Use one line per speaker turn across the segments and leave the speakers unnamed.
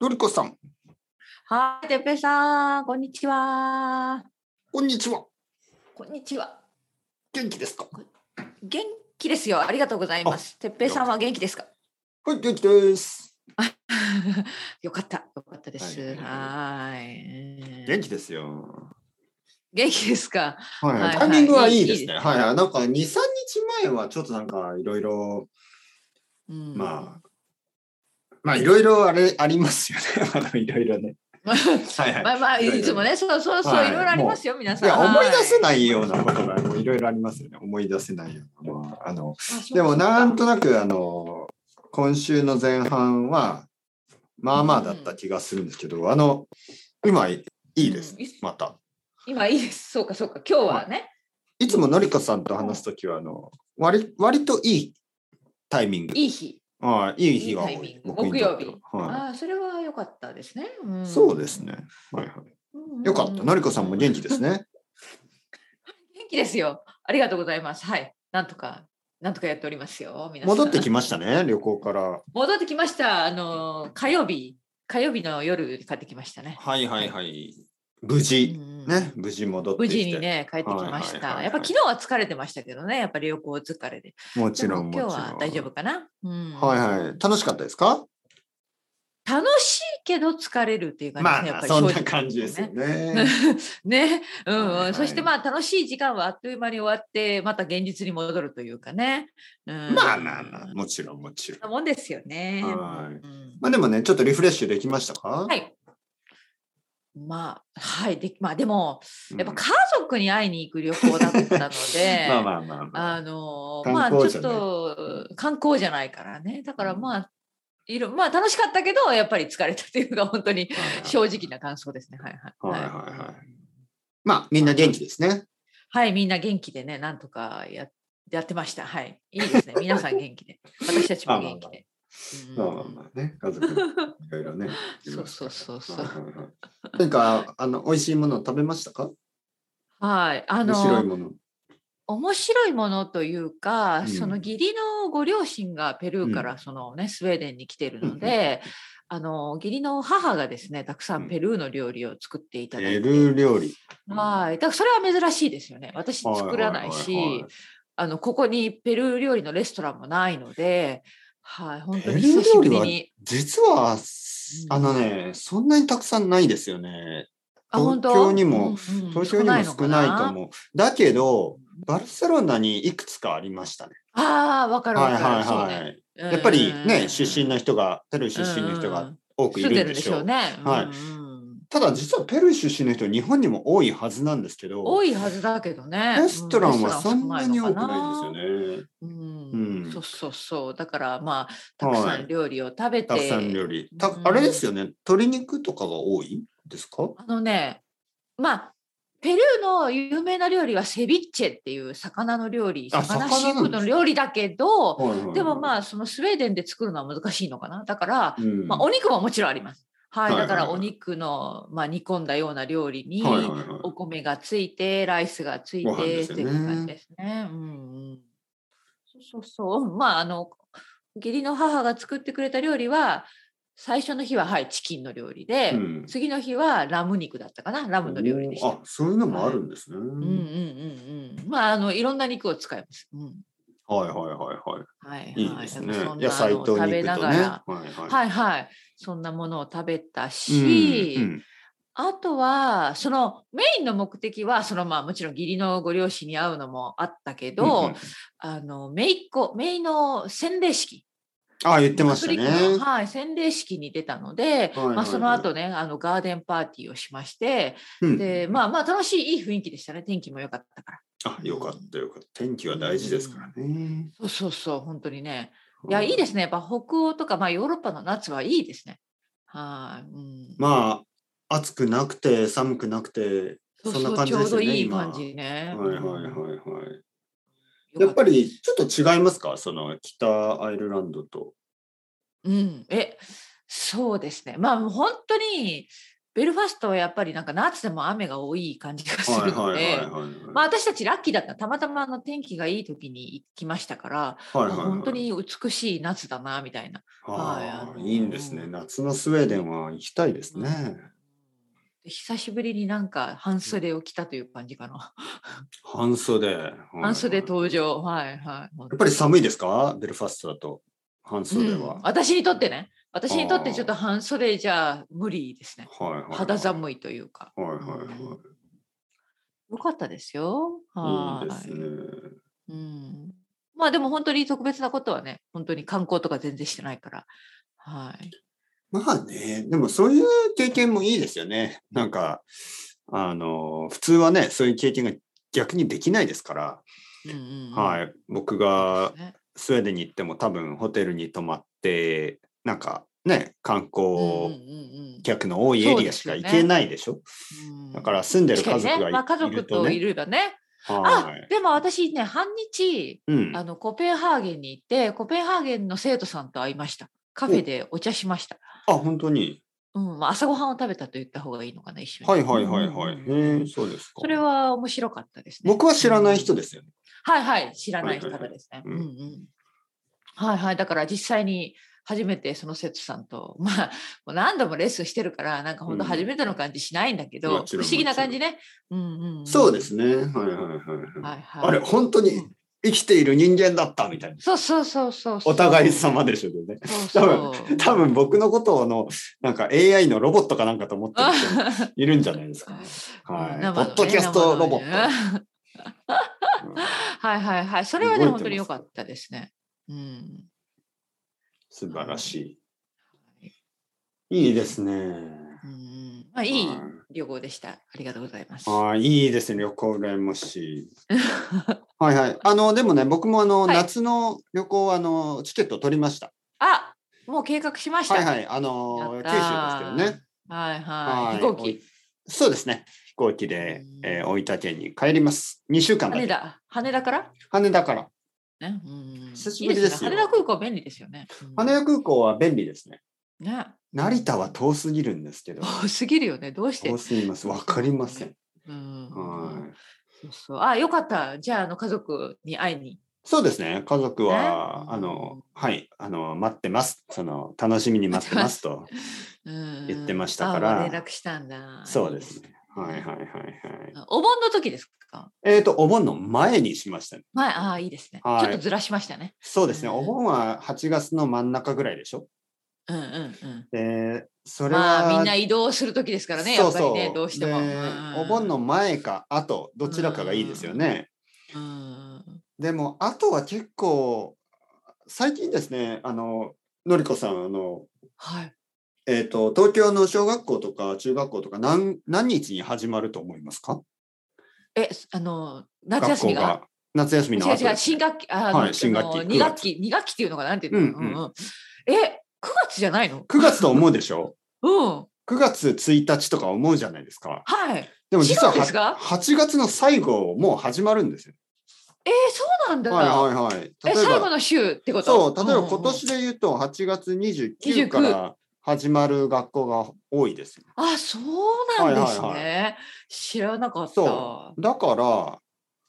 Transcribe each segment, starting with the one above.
のりこさん、
はい、てっぺいさん、こんにちは。
こんにちは。
こんにちは。
元気ですか
元気ですよ。ありがとうございます。てっぺいさんは元気ですか。
はい、元気です。
よかった、よかったです。
はい
はーい。
元気ですよ。
元気ですか。
はい、
はい
タイミングはいいですね。
いい
はい、なんか2、3日前はちょっとなんかいろいろ、
うん
まあ、まあいろいろあれありますよね。 まだいろいろね。はいはい。
まあまあ、
いろいろ
いつもね、そうそうそう、
はい
いろいろありますよ、皆
い
さん。
や、思い出せ
な
ないようなことがもういろいろありますよね。思い出せないような。まあ、あの、
い
でもなんと
な
なく、あの、今週の前半は、まあまあだった気がするんですけど、あの、今いいです。また。
今いいです。そうか、そうか、今日はね。
いつものりこさんと話すときは、あの、割、割といいタイミング。
いい日。
ああいい日が多
いいタイミ
い
ン。グ
僕にとっては
木曜
は
ああ、それは良かったですね。
い。そうですね。はいはい。
す
よかった。のりこさんも元気ですね。
元気ですよ。ありがとうございます。はい。なんとか、なんとかやっておりますよ。皆さん
戻ってきましたね、旅行から。
戻ってきました。あの、火曜日、火曜日の夜帰ってきましたね。
はいはいはい。無
う
事、
ん
ね、無事戻って
無
きて。
事にね、帰ってきま
はい
し
はいはいは
た。
い
やっぱ昨日は疲れてましたけどね、やっぱり旅行疲れで。
もちろん、
で
も
も
ちろん。
今日は大丈夫かな。うん
はいはい。楽しかったですか
楽しいけど疲れるっていう感じ
ま
ねやっ
あ、
ぱり
そん
正
な
直
感じですよ ね。
ね、うんうん
はいはい
そしてまあ楽しい時間はあっという間に終わってまた現実に戻るというかね、うん
まあまあまあ、もちろん、もちろん。
なもんですよね。
はい
うん
まあでもね、ちょっとリフレッシュできましたか
は。い。まあ、はい。で、まあでも、
うん
やっぱ家族に会いに行く旅行だったので、
まあまあまあまあ。
あのー、まあ
観光
ち
じゃ
ょっ
ない
と観光じゃないからね。だからまあ、いろ、まあ楽しかったけど、やっぱり疲れたというのが本当に
はいはい
正直な感想ですね。はい
は
はいい。
はいはい。まあ、みんな元気ですね。
はい、みんな元気でね、なんとかややってました。はい。いいですね。皆さん元 気で。私たちも元気で。
まあまあまあね、家族 いろいろね。
うんそうそうそうそう。
う。なんか、あの、美味しいものを食べましたか
はい。あの
面
ー、
白いもの。
面白いものというか、
うん
その義理のご両親がペルーか
う
らその、ねスウェーデンに来ているので、あの義理の母がですねたくさ
うん
んペルーの料理を作っていただ
ペ
いて、
ルー料理。
はいだからそれは珍しいですよね私作らないし、
ははは
あのここにペルー料理のレストランもないので、はい、本当に
ペルー料
久
理
し
は
ぶりに
実は、あのね、そんなにたくさんないですよね。
あ本当
東京にも
うんうん
東京にも少ないと
う
思う。だけど、バルセロナにいくつかありましたね。
ああ分かる
はい
分
は
か
い
る、そう
は
ね
い。
うんうんうん
やっぱりね、出身の人が、ペルー出身の人
うんう
が
ん
多くい
住ん
る
で
ん
る
で
んで
し
し
ょ
ょ
う
う。ね、
はい
うんうん
ただ実はペルー出身の人日本にも多いはずなんですけど
多いはずだけどね。
レストランはそんなに多く
う
ないんですよね。
レストラ
う
ン少ないのかな。うんん、そうそうそう。だからまあたくさ
はい
ん料理を食べて、
たくさん料理。た
うん
あれですよね鶏肉とかが多いですか
あのね、まあペルーの有名な料理はセビッチェっていう魚の料理、
あ
魚
魚
シーフードの料理だけど、でも
あ、
まあそのスウェーデンで作るのは難しいのかな。だから、
うん
まあお肉ももちろんあります。はい、
はい
だか
はい
ら
はい
お肉の、まあ、煮込んだような料理に、
はいはいはい
お米がついてライスがつい
ご飯で
て
す
と
よ
い
ね
う感じですね。うんうん、そうそうそうまああの義理の母が作ってくれた料理は最初の日ははいチキンの料理で、
うん
次の日はラム肉だったかなラムの料理でした。
あそういうのもあるんですね。
うんうんうんうん、まああのいろんな肉を使います。うん
はいはいはいはい。
はいはい
いいですね
だからそん。な
野菜と
あの食べ
肉
な
と
が
ね。は
ら、
いはい。
はいはいそんなものを食べたし、
うんうん
あとは、そのメインの目的は、そのまあもちろん義理のご両親に会うのもあったけど、
うんうん
あの、めいっ子、めいの洗礼式。
あ言ってました
カトリック
ね
の。はい、洗礼式に出たので、
はいはいはい
まあその後ね、あの、ガーデンパーティーをしまして、
うん
で、まあまあ楽しい、いい雰囲気でしたね。天気も良かったから。
あよかったよかった。天気は大事ですからね。
そうそうそう、本当にね。いや、いいですね。やっぱ北欧とか、まあヨーロッパの夏はいいですね。はい、うん。
まあ暑くなくて寒くなくて
そう
そん
そ
な
う
感じですよね。
ちょうどいい
今
感じね。
はいはいはい
うん
はい。や
よか
ったぱりちょっと違いますかその北アイルランドと。
うん、え、そうですね。まあ、もう本当に、ベルファストはやっぱりなんか夏でも雨が多い感じがするので、まあ、私たちラッキーだったたまたまあの天気がいい時に行きましたから、
はいはい
あ
はい
本当に美しい夏だなみたいな。
ああ
はいあの
いいんですね。夏のスウェーデンは行きたいですね。
で久しぶりになんか半袖を着たという感じかな。
半袖。はい
半袖登場。はいはい。や
やっぱり寒いですかベルファストだと。半袖は。はい
私にとってね。私にとって
あー
ちょっと半袖じゃ無理ですね。
はいはい。
肌寒いというか。
はいはいは。
よかったですよ。はい
いい
い
ですね。
うん。まあでも本当に特別なことはね、本当に観光とか全然してないから。はい。
まあね、でもそういう経験もいいですよね。なんか、あの、普通はね、そういう経験が逆にできないですから、
うんうん、。
はいい。僕が
ね
スウェーデンに行っても多分ホテルに泊まって、なんかね、観
うんうん
光
うん
客の多いエリアしか行けないでしょ。
うん
だから住んでる
確か
家
にね
族
まあ、家
がい
族
ると
とい
ね。
ればね。
は
あ
い。
でも私ね、半日、
うん。
あのコペンハーゲンに行ってコペンハーゲンの生徒さんと会いましたカフェでお茶しました、
あ、本当に。
うんまあ、朝ごはんを食べたと言った方がいいのかな一緒に
はいはいはいはい。
うんうんうん
へえ、そうですか。
それは面白かったですね
僕は知らない人
うん
ですよね。
はいはい知らない方
はいはいはい
ですね
う
うんんうんはいはいだから実際に初めてその生徒さんと まあもう何度もレッスンしてるからなんか本当
うん
初めての感じしないんだけ
も
ど、
ちろ
不
ん
思議な感じね、うんうんうん
そうですね。はいはいはいはい。
はいはい
あれ、本当に生きている人間だったみたいな。
そうそうそうそうそう
お互い様でしょうね。
そうそう
多分僕のことの、なんか AI のロボットかなんかと思ってる人も
はい
るんじゃない ですかね。はい。ポッドキャストロボット。
ト。
うん
はいはいはい。それ
動
は
い
ね、
てます
本当に良かったですね。うん。
素晴らしい。いいですね。
うんまあ、いい
はい
旅行でした。ありがとうございます。
ああ、いいですね。旅行羨ましい。はいはい。あの、でもね、僕もあの、
はい
夏の旅行は、あの、チケット取りました。
あ、もう計画しました。
はいはい。あの
やっ
ー、
た
九州
ー
ですけどね。
はい
は
はいい。飛行機。
そうですね。飛行機で
うん、
えー大分県に帰ります。2週間だけ
羽田、羽田から。
羽田から。
ね。うん。
久しぶりですよ
いいね羽田空港便利ですよね。うん
羽田空港は便利ですね。
ね。
成田は遠すぎるんですけ ど。
多すぎるよね。どうして
遠。すぎます。わかりません。
うん。
はい。
そうそう。あ、よかった。じゃあ、あの家族に会いに。
そうですね。家族は、
ね
あの、はい、あの、待ってます。その、楽しみに待ってます と。言
言
ってましたから
連絡したんだ。
そうです
いい
ね。はいはいはいはい
で。すね。お盆の時ですか。
えっ、と、お盆の前にしましたね。
前、ああ、いいですね。ち
はい
ょっとずらしましたね。
そうですね。
うん
お盆は8月の真ん中ぐらいでしょ。
うんうんうん。
で、それは。
まあ、みんな移動する時ですからね。やっぱりね、どうしても。
で
うん
お盆の。前か後、どちらかがいいですよね。
うん。
でも、後は結構、最近ですね、あの、のりこさん、あの、
はい。
えっ、と、東京の小学校とか中学校とか何、何日に始まると思いますか
え、あの、夏休み
学
が。
校夏休みの
違う
後で
違う、新学期、あ
はい
の
新学期
あ
9
の
月
二学期、二学期っていうのかなんていうの。
うんうん
うんうんえ、九月じゃないの。
9月と思うでしょ
うん。
9月1日とか思うじゃないですか。
はい。
でも実は
違うんですか
8月の最後もう始まるんですよ。
えー、そうなんだ。
はいはいはい。
え、
例え
最後
ば、
の週ってこと。
そう、例えば
んんん
今年で言うと8月29から始まる学校が多いですよ。
あ、そうなんですね。
はいは
知らなかった。
そう。だから、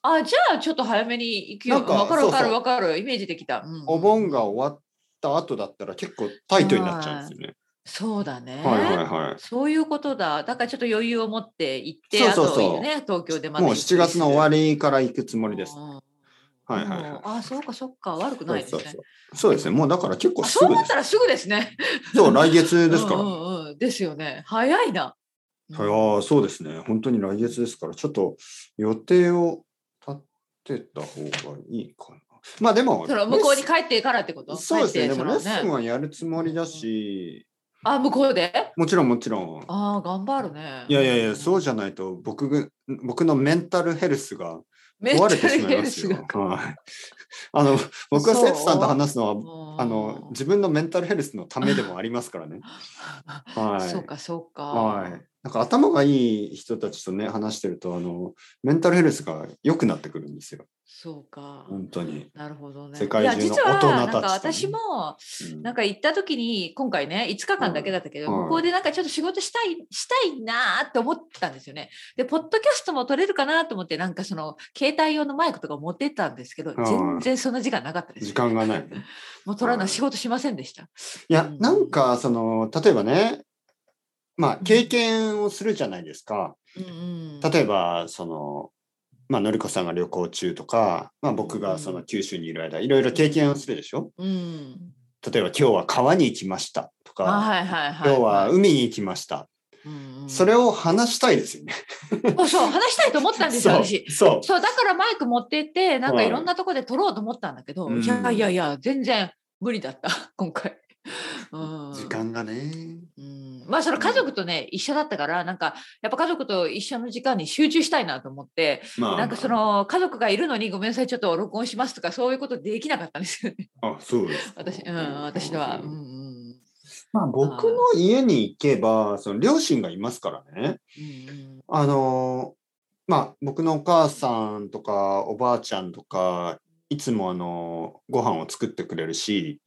あ、じゃあちょっと早めに行くよ。
なんか
わかるわか
そう
る
そう
わかる。イメージできた。うん
お盆が終わった後だったら結構タイトになっちゃうんですよね。
そうだね。
はいはいはい。
そういうことだ。だからちょっと余裕を持って行って、
そうそうそう
あとね、東京でまた
もう7月の終わりから行くつも
わ
りです。
はい
はいはいはい。
あ、そうかそうか。悪くないです
そう
ね。
そうそうそうですね。もうだから結構
あ
す
そう
ぐ
な
で
っ
す
た。らすぐですね。
そう、来月ですから。
う
は
んうんうんですよね。早いな。うん
い、ああ、そうですね。本当に来月ですから、ちょっと予定を立てた方がいいかな。まあでも、
その向こうに帰ってからってこと
そうですね。
帰
で
って
も
そ
レ
の
ッスンはやるつもりだし、
あ、向こうで
もちろんもちろん。
ああ、頑張るね。
いやいやいや、そうじゃないと僕が、僕のメンタルヘルスが
めっ
壊れ
ち
て
ゃ
しまい
ヘ
ま
ル
す
ス
よ
が。
はい。あの、僕は
そう
生徒さんと話すのは、あ
あ
の、自分のメンタルヘルスのためでもありますからね。はい。
そうかそうか。
はい。なんか頭がいい人たちとね、話してると、あの、メンタルヘルスが良くなってくるんですよ。
そうか。
本当に。
なるほどね。
世界中の
いや実は
大人たちとね
なんか私も
うん
なんか行った時に今回ね5日間だけだったけど、
うんうん
向こうでなんかちょっと仕事したいしたいなーって思ったんですよね。でポッドキャストも撮れるかなと思ってなんかその携帯用のマイクとか持ってったんですけど、
うん
全然その時間なかったです。
時間が ない。
もう撮らない仕事しませんでした。
いや
うん、
なんか、その、例えばね、まあ、経験をするじゃないですか。
うんうん、
例えば、その、まあ、のりこさんが旅行中とか、まあ、僕がその九州にいる間、いろいろ経験をするでしょ
うん、
例えば、今日は川に行きましたと
あ
か、
はいはいはい。
今日は海に行きました。
うんうん
それを話したいですよね。
そうそう話したいと思ったんですよ
そう
私。
そう。
そうだからマイク持ってってなんか
はい
いろんなとこで撮ろうと思ったんだけど、
うん
いやいやいや全然無理だった今回。うん
時間がね。
うん、まあその家族とね、一緒だったからなんかやっぱ家族と一緒の時間に集中したいなと思って
まあ、
なんかそ。の家族がいるのにごめんなさいちょっと録音しますとかそういうことできなかったんで すよね
あ、そうです。
私,、うん、私は。うんうん
まあ、僕の家に行けば、その両親がいますからね。
うん
あのーまあ、僕のお母さんとか、おばあちゃんとか、いつもあのー、ご飯を作ってくれるし、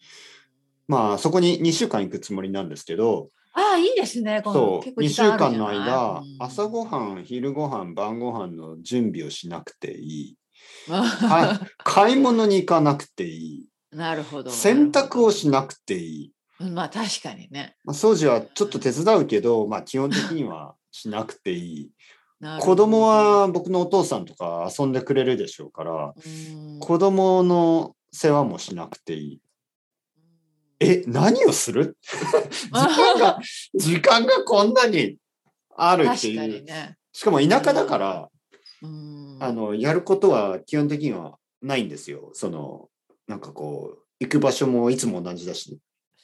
まあ、そこに2週間行くつもりなんですけど、
ああいいですねこの
そう、
結構
2
時
週
間ある
間
じゃ
の
ない
間
う、ん
朝ご はん、昼ごはん、晩ごはんの準備をしなくていい。
あ
か買い物に行かなくてい
なるほ
い。
ど
洗濯を
し
しなくていい。
まあ確かにね
まあ、掃除はちょっと手伝うけど、まあ、基本的にはしなくていい。
なるほ
子
ど
供は僕のお父さんとか遊んでくれるでしょうから、
うん
子供の世話もしなくていい。え、何をす る時間が、時間がこんなにあるって
確か
い
に
う。
ね、
しかも田舎だから、
うん、
あの、やることは基本的にはないんですよ。その、なんかこう、行く場所もいつも同じだし。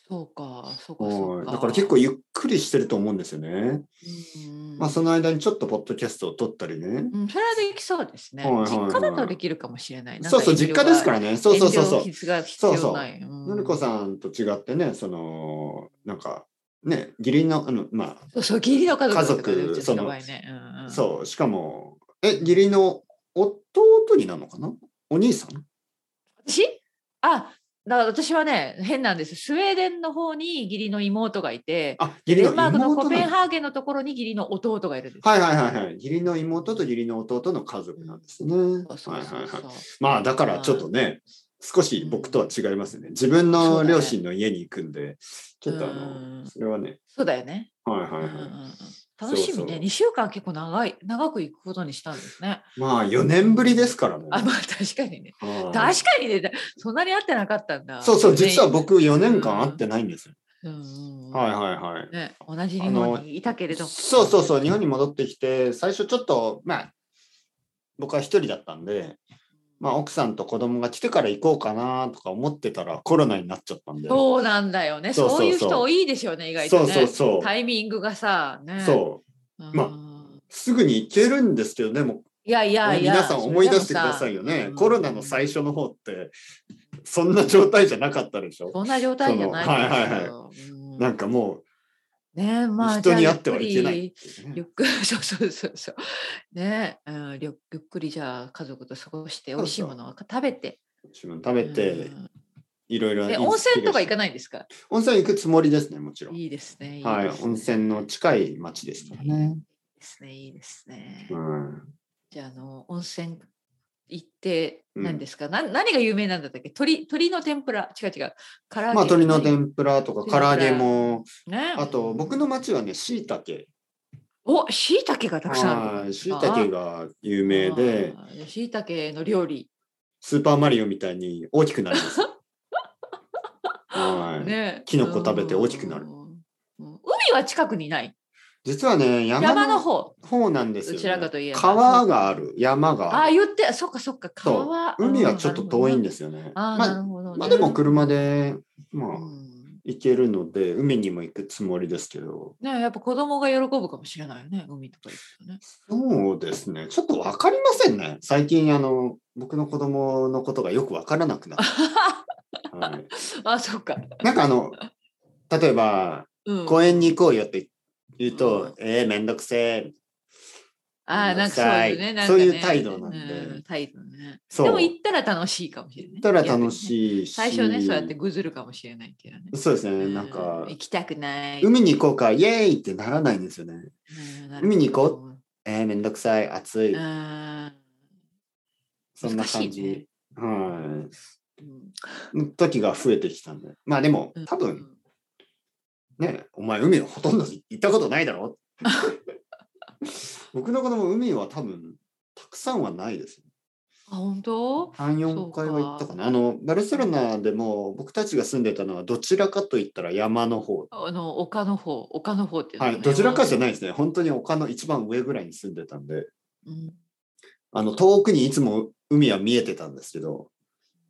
そうかそうかそ
は
う
い
か
だから結構ゆっくりしてると思うんですよね。
うん
まあ、その間にちょっとポッドキャストを撮ったりね。
うん、それはできそうですね。
はいはいはい
実家だとできるかもしれない。なんか。
そうそう、実家ですかららね。そうそうそう
遠慮
そ
が
う。
必要必要ない。
のりこ
ん。
さんと違ってね、その、なんか、ね、義理の、あの、ま
そうそう、義理の家族だったから
家族
うちの場合ね。うんう
あ、
ん、
そう、しかも、え、義理の弟になるのかなお兄さん
私あだから私はね、変なんです。スウェーデンの方に義理の妹がいて、
あ、義理
デ
の
ンマークのコ
妹
ペン
なんだ
ハーゲンのところに義理の弟がいるんです。
はいはいはいはい。義理の妹と義理の弟の家族なんですね。
そうそ
は
う
い
そ
はいう
そ
は
う
い。まあ、だからちょっとね、少し僕とは違いますよね。自分の両親の家に行くんで、ちょっとあ
うん
の、それはね、
そうだよね。
はいはい
う
は
んう
い
ん。うん楽し
そ
み
うそ
ね。
う
2週間結構長い、長く行くことにしたんですね。
まあ、4年ぶりですからね。
あ、まあ確かにね。
はい
確かにね、だそんなに会ってなかったんだ。
そうそう、
全然
実は、僕4年間会ってないんですよ。
うんうんうん
はいはいはい。
ね、同じ日本にいたけれども。
そうそうそう、日本に戻ってきて、最初ちょっと、まあ、僕は一人だったんで、まあ、奥さんと子供が来てから行こうかなとか思ってたらコロナになっちゃったんで。そ
そうなんだよね。
そうそうそう
そういう人多いでしょうね、意
う
外と
そう
ね。
そうそ
タイミングがさ、
う。
ね。うん
まあすぐに行けるんですけどね、も
いやいうや
ね
いや。
皆さん思い出してくださいよ
それで
ね
も。さ
コロナの最。初の方って、そんな状態じゃなかったでしょ。
そんな状態じゃない
そのはいはい
ですようん
なんかも
ね
う、
まあ、
人に
じゃあ
会ってはいけないっていうね、
ゆっくり。ゆっく り、そうそうそうそう。ね、うん、ゆっゆっくりじゃあ家族と過ごして、
そうそう
美味しいものを食べて。
自分食べて
う、ん
いろいろ。
え温泉とか行か
ない
ないんですか
温泉行くつもりですね、もちろん。
いいですね。い
はい
で、すね
温泉の近い町ですからね。
いいですね、いいですね。
うん、
じゃあ、あの、温泉行って、
うん
何ですか、な何が有名なんだったっけ鳥、鶏の天ぷら。違う違う。唐揚げ。
まあ鶏の
何
天ぷらとか唐揚げも、
ね。
あと僕の町はね、椎茸。
お、椎茸がたくさんある
は
ん
い、
です
椎
か。
茸が有名で、
あー。じゃあ椎茸の料理。
スーパーマリオみたいに大きくなり ます。はい、
ね。
キノコ食べて大きくなる
うん海は近くにない。
実はね、
山
山
の
の
方。
方なんですよ、ね。
どちらかといえば
川がある、山
あ
があ
あ、
る。
言って、そっかそっか、川。。
そう海はちょっと遠いんですすよね。
あ
ま
あ、なる
あ、
ほどね。
まあでも車で、まあ
う、ん
行けるので、海にも行くつもりですけど、
ね、やっぱ子供が喜ぶかもしれないよね、海とか行くとね。
そうですね。ちょっとわかりませんね。最近、あの、僕の子供のことがよくわからなくなった。はい、
あ、そっか。
なんかあの、例えば、
うん
公園に行こうよって言うと、えー、めんどくせえ。
ああ、なんかそういうね。なんか
そう
ね
いう態度なんで
うん態度ね。
そう。
でも行ったら楽しいかもしれない。
行ったら楽しいし。
最初ね、そうやってぐずるかもしれないけどね。
そうですね、
う
なんか、
行きたくない。
海に行こうか、イエーイってならないんですよね。
うんなるほど
海に行こえー、めんどくさい、暑い、
うん
そんな感
難しいね
じ。は
うん
い。の時が増えてきたんで。まあでも、多分ね、お前海のほとんど行ったことないだ ろ僕の子供、海は多分、たくさんはないですね。
あ本当
3、
そ
4
うか
回は行ったかな。あの、バルセロナでも、僕たちが住んでたのは、どちらかといったら山の方。
あの丘の方丘の方っていうの
は、
かない
どちらかじゃないですね。本当に丘の一番上ぐらいに住んでたんで、
うん
あの、遠くにいつも海は見えてたんですけど、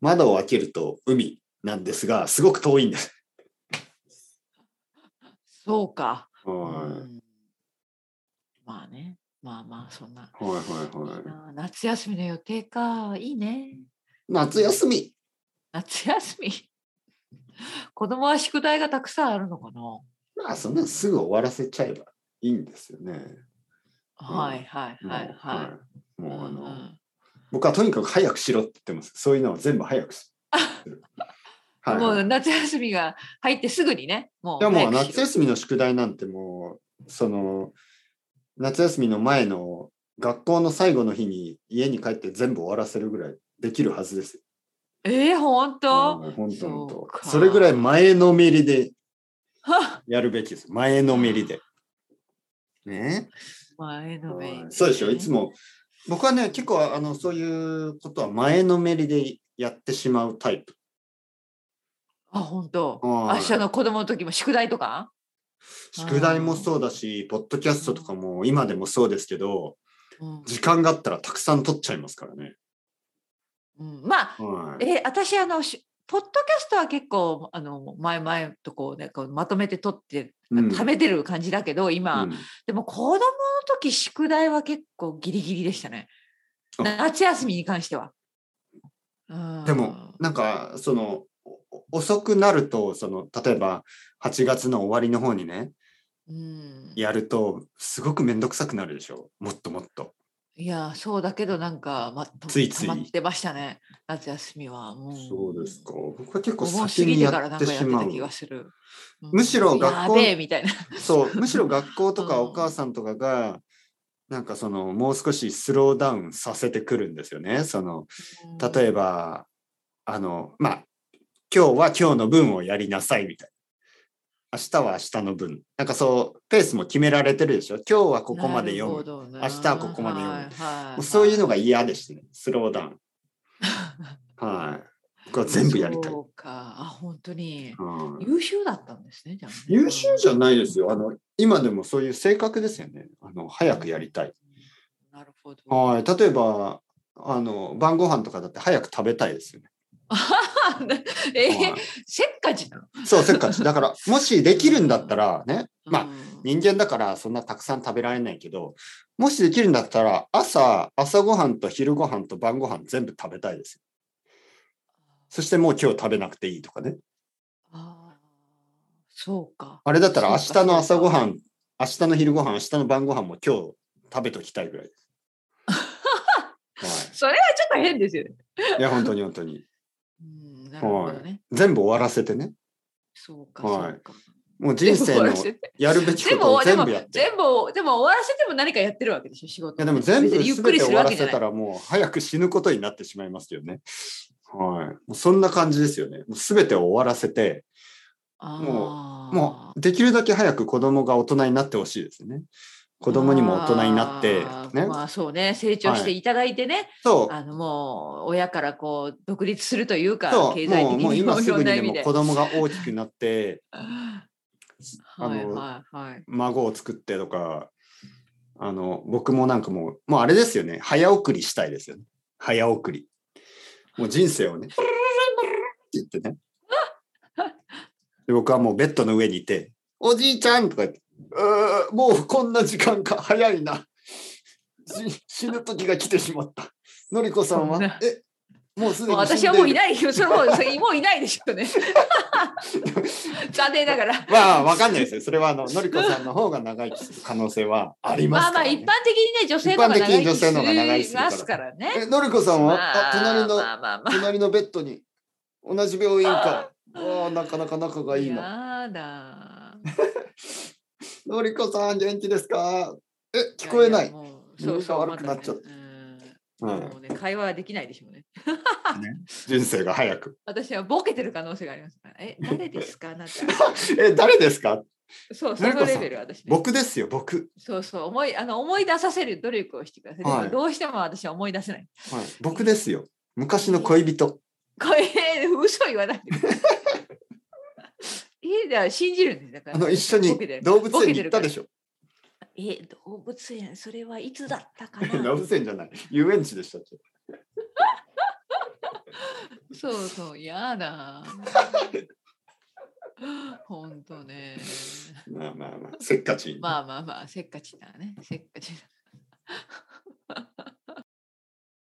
窓を開けると海なんですが、すごく遠いんです。
そうか、う
は
んまあねまあまあそんな、
い。はいはいはい
い。な夏休みの予定かいいね
夏休み
夏休み 子供は宿題がたくさんあるのかな
まあ、そんなのすぐ終わらせちゃえばいいんですよね。
はいはい
もう
はいは
はい
い。
もうあの、
うんうん
僕はとにかく早くしろって言ってます。そういうのは全部早くす る。はい、
も
は
う
い。
夏休みが入ってすぐにね、もう
でも
早
う
くしろ。
夏休みの宿題なんてもう、その、夏休みの前の学校の最後の日に家に帰って全部終わらせるぐらいできるはずですよ。
えー、本当
はい本当
そう
本当
か
それぐらい前のめりで
は
やるべきです。前のめりで。ね
前のめり、
そうでしょ、いつ。も。僕はね、結構あのそういうことは前のめりでやってしまうタイプ。
あ、本当。
は
明
い
日の子供の時も宿題とか
宿題もそうだし、ポッドキャストとかも今でもそうですけど、
うん、
時間があったらたくさん撮っちゃいますからね。
うんまあ、
はい、
えー私、あの、しポッドキャストは結構、あの、前々とこう、ね、こうまとめて撮って、
うん
貯めてる感じだけど、今、
うん
でも子供の時宿題は結構ギリギリでしたね。
あ
夏休みに関しては。うん
でも、なんか、その、お遅くなると、その、例えば、8月の終わりの方にね、
うん、いや
やると、すごくめんどくさくなるでしょ。もっともっと。
そうだけどなんか、ま、と
ついつい
溜まってましたね夏休みは。ん
そうですか。僕は結
お
構
盆過
先
ぎ
に
て
や
からな
っ
んか
て
やって
しま
た
う
気。がする。うん
むしろ学校
やべえみたいな。
そう、むしろ学校とか
うん
お母さんとかが、なんかその、もう少しスローダウンさせてくるんですよね。その、例え
ば。
ば、あの、まあ、今日は今日の分をやりなさいみたいな。明日は明日の分。なんかそう、ペースも決められてるでしょ。今日はここまで読む。
む。明
明日はここまで読む
読
もうそういうの
が
が嫌でしてね、スローダウ ン。はい。僕は全部やりたい。
そうか。あ、本当に。
はい
優秀だったんですね。じゃあね
優秀じゃないですよ。あの、今でもそういう性格ですよね。あの、早くやりたい。。
なるほど。
はい。例えば、あの、晩ご飯とかだって早く食べたいですよね。
え
は
せっかちなの。
い、そう、せっかち。だから、もしできるんだったらね、まあ
うん、
人間だからそんなたくさん食べられないけど、もしできるんだったら、朝、朝ごはんと昼ごはんと晩ごはん全部食べたいですよ。そしてもう今日食べなくていいとかね。
あーそうか。
あれだったら明
そうか
日の朝ごは
そ
ん、明日の昼ごはん、明日の晩ごはんも今日食べときたいぐらいです。
それはちょっと変ですよね。
はい、いや、本当に本当に。
うん、なるほどね。
全部終わらせてね。
そうか、
はい
そうか。
もう人生の
全部終わらせて
やるべき
で
こと
も
を
で
全
も
部やって。い
全部でも終わらせても何かやってるわけでしょ仕事。
やでも全
別
部
にゆっ
全
く
て
りす
終
る
わ
わ
ら
けじゃ
せ
ない
た。らもう早く死ぬことになってしまいますよね。はい。もうそんな感じですよね。もう全てを終わらせて、
あー
もうできるだけ早く子供が大人になってほしいですね。子供にも大人になって
あ、ー
ね。
まあそうね成長していただいてね、
そう。
あのもう親からこう独立するというか
そう
経済
もう
的
もう
に
今
もい
す
ろ
ぐ
ん
に
な
で
意味
も
で。
子供が大きくなってあ
はい
の
はいはい。
孫を作ってとかあの僕もなんかもうもうあれですよね早送りしたいですよね早送りもう人生をねって言ってねで僕はもうベッドの上にいて「おじいちゃん」とか言ってうー「もうこんな時間か早いなし死ぬ時が来てしまったのりこさんは
そんな
えもうすで
も
に
う私はもうい
い。
ないよ。それもうそれもういないでしょうね。残念ながら。
まあ、わかんないですよ。それは、あの、のりこさんの方が長生きする可能性はあります
まあ
か
ま
ら、
あ一
ね
般。的にね女性の方が
一般的に
長
女性の方が長
生
生
き
きす
し
るから
ますからね。
え、のりこさんは、
ま
あ、隣の、
まあまあまあ。
隣のベッドに、同じ病院か。ああ、なかなか仲がいいな。
やだ。
のりこさん、元気ですかえ、聞こえない。
ややもうそうそう。
耳が悪くなっちゃっ
またね
は
うんもうね会話はできないでしょうね。
人生が早く。
私はボケてる可能性がありますから。え、誰ですかあ なた。
え、誰ですか
そう、そ
のりこさ
の
ん
レベル私ね、
僕ですよ、僕。
そうそう、思い、あの、思い出させる努力をしてください。でも
はい
どうしても私は思い出せない。
はい、僕ですよ。昔の恋人。
これ、嘘言 わないでください。いいだ、信じるんです。だから。
あの、一緒
ボケて
に
る
動物園に行ったでしょ。
え、動物園、それはいつだったか
動
な。
物園じゃない。遊園地でしたっけ。
そうそう、やだ。本当ね。
まあまあまあ、せっかちに。
まあまあまあ、せっかちだね。せっかちだ。